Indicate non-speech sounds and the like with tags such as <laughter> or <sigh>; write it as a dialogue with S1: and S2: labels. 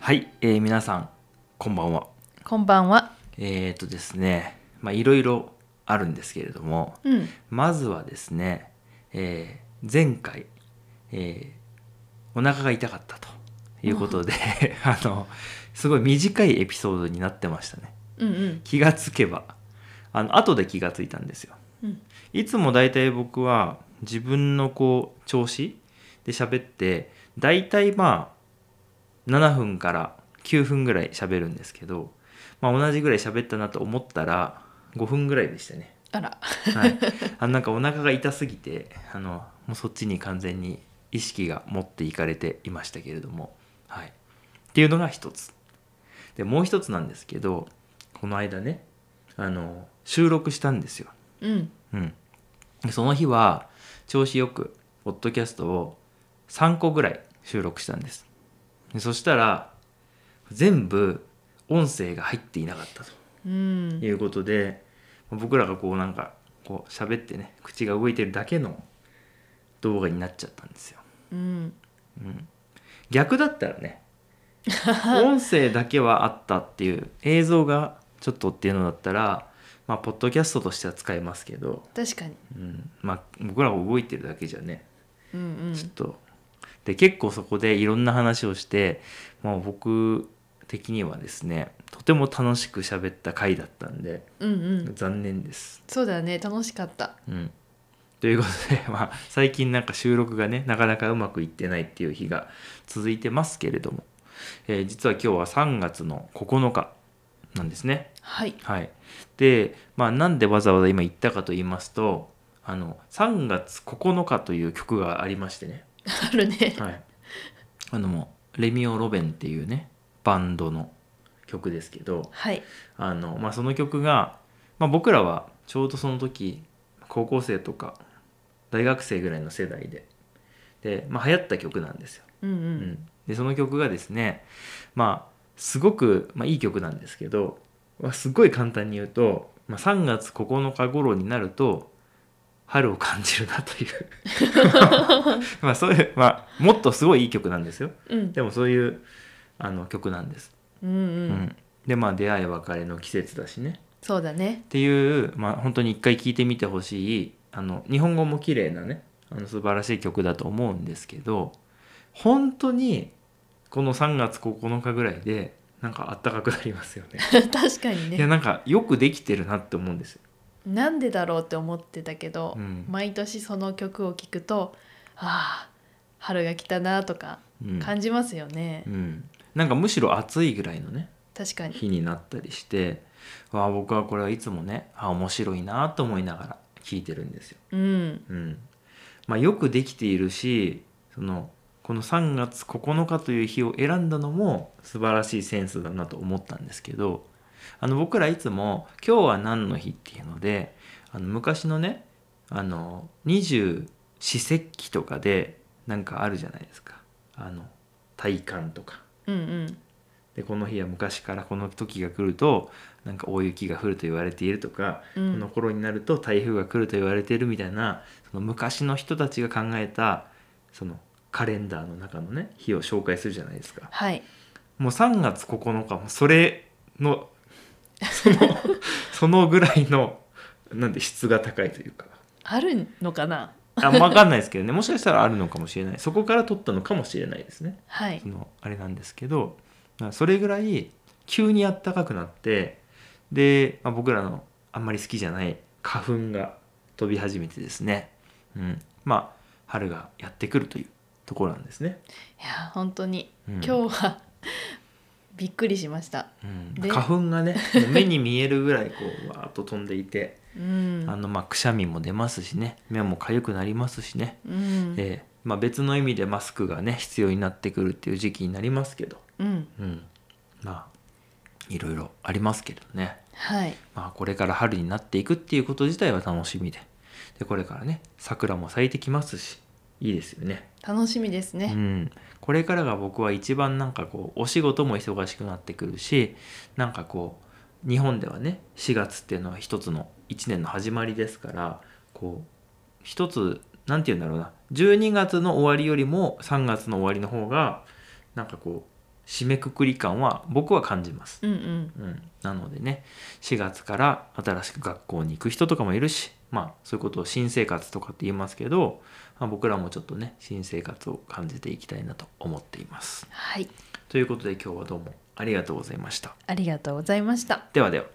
S1: はい、えー皆さんこんばんは
S2: こんばんは。
S1: えっ、ー、とですねまあいろいろあるんですけれども
S2: うん。
S1: まずはですね、えー前回、えーお腹が痛かったということで <laughs> あのすごい短いエピソードになってましたね
S2: うんうん。
S1: 気がつけばあの後で気がついたんですよ
S2: うん。
S1: いつも大体僕は自分のこう調子で喋って大体まあ7分から9分ぐらい喋るんですけど、まあ、同じぐらい喋ったなと思ったら5分ぐらいでしたね。
S2: あら。
S1: はい、あのなんかお腹が痛すぎてあのもうそっちに完全に意識が持っていかれていましたけれども、はい、っていうのが一つでもう一つなんですけどこの間ねあの収録したんですよ
S2: うん。
S1: うん、でその日は調子よくポッドキャストを3個ぐらい収録したんですでそしたら全部音声が入っていなかったと
S2: うん。
S1: いうことで僕らがこうなんかこう喋ってね口が動いてるだけの動画になっちゃったんですよ
S2: うん。
S1: 逆だったら
S2: <laughs>
S1: ね音声だけはあったっていう映像がちょっとっていうのだったらまあポッドキャストとしては使えますけど
S2: 確かに。
S1: うん、まあ僕らが動いてるだけじゃね、
S2: うんうん。
S1: ちょっとで結構そこでいろんな話をして、まあ、僕的にはですねとても楽しく喋った回だったんで
S2: うんうん。
S1: 残念です、
S2: そうだね。楽しかった。
S1: うん、ということで、 <laughs> まあ、最近なんか収録がねなかなかうまくいってないっていう日が続いてますけれども、えー実は今日は3月の9日なんですね <laughs>
S2: はい。
S1: はい、で、まあ、なんでわざわざ今言ったかと言いますとあの3月9日という曲がありましてね、
S2: あるね。
S1: はい、あのレミオ・ロベンっていうねバンドの曲ですけど
S2: はい。
S1: あの、まあ、その曲が、まあ、僕らはちょうどその時高校生とか大学生ぐらいの世代でで、まあ、流行った曲なんですよ。
S2: うんう。
S1: うんんでその曲がですねまあすごく、まあ、いい曲なんですけど、まあ、すごい簡単に言うと、まあ、3月9日頃になると春を感じるなというまあそういう、まあ、もっとすごいいい曲なんですよ
S2: うん。
S1: でもそういうあの曲なんです、
S2: うん
S1: う
S2: うん。
S1: んでまあ出会い別れの季節だしね
S2: そうだね
S1: <laughs> っ。ていう、まあ、本当に一回聴いてみてほしいあの日本語も綺麗なねあの素晴らしい曲だと思うんですけど本当にこの3月9日ぐらいでなんかあったかくなりますよね。
S2: 確かに
S1: いや
S2: <laughs> ね。
S1: なんかよくできてるなって思うんですよ。
S2: なんでだろうって思ってたけど、
S1: うん
S2: 毎年その曲を聴くと、ああ、春が来たなとか
S1: うん
S2: 感じますよね。
S1: うん、なんかむしろ暑いぐらいのね
S2: 確かに。
S1: 日になったりしてわあ僕はこれはいつもねあ面白いなと思いながら聴いてるんですよ。
S2: うん。
S1: うんまあ、よくできているしそのこの3月9日という日を選んだのも素晴らしいセンスだなと思ったんですけどあの僕らいつも「今日は何の日?」っていうのであの昔のねあの二十四節気とかでなんかあるじゃないですかあの体感とか。
S2: うんうん。
S1: でこの日は昔からこの時が来るとなんか大雪が降ると言われているとか、
S2: うん
S1: この頃になると台風が来ると言われているみたいなその昔の人たちが考えたそのカレンダーの中のね日を紹介するじゃないですか
S2: はい。
S1: もう3月9日もそれのそ
S2: <laughs>
S1: のそのぐらいのなんで質が高いというか
S2: あるのかな。
S1: あ分かんないですけどねもしかしたらあるのかもしれないそこから取ったのかもしれないですね
S2: はい
S1: そ。のあれなんですけどまあそれぐらい急にあったかくなってで、まあ、僕らのあんまり好きじゃない花粉が飛び始めてですね、うん、まあ春がやってくるというところなんですね。
S2: いや本当に、
S1: うん
S2: 今日は <laughs> びっくりしました。
S1: うん
S2: で
S1: 花粉が
S2: <laughs>
S1: ね目に見えるぐらいこうわーっと飛んでいて
S2: うん。
S1: あのまあくしゃみも出ますしね目も痒くなりますしね、
S2: うん。
S1: ええまあ、別の意味でマスクがね必要になってくるっていう時期になりますけど、
S2: うん。
S1: うん、まあいろいろありますけどね、
S2: はい。
S1: まあ、これから春になっていくっていうこと自体は楽しみででこれからね桜も咲いてきますしいいですよね、
S2: 楽しみです
S1: う
S2: ね。
S1: ん、これからが僕は一番なんかこうお仕事も忙しくなってくるしなんかこう日本ではね4月っていうのは一つの1年の始まりですからこう一つなんて言うんだろうな12月の終わりよりも3月の終わりの方がなんかこう締めくくり感は僕は感じます。
S2: うんうん
S1: うん、なのでね4月から新しく学校に行く人とかもいるしまあそういうことを新生活とかって言いますけど、まあ、僕らもちょっとね新生活を感じていきたいなと思っています。
S2: はい
S1: ということで今日はどうもありがとうございました。
S2: ありがとうございました
S1: ではでは。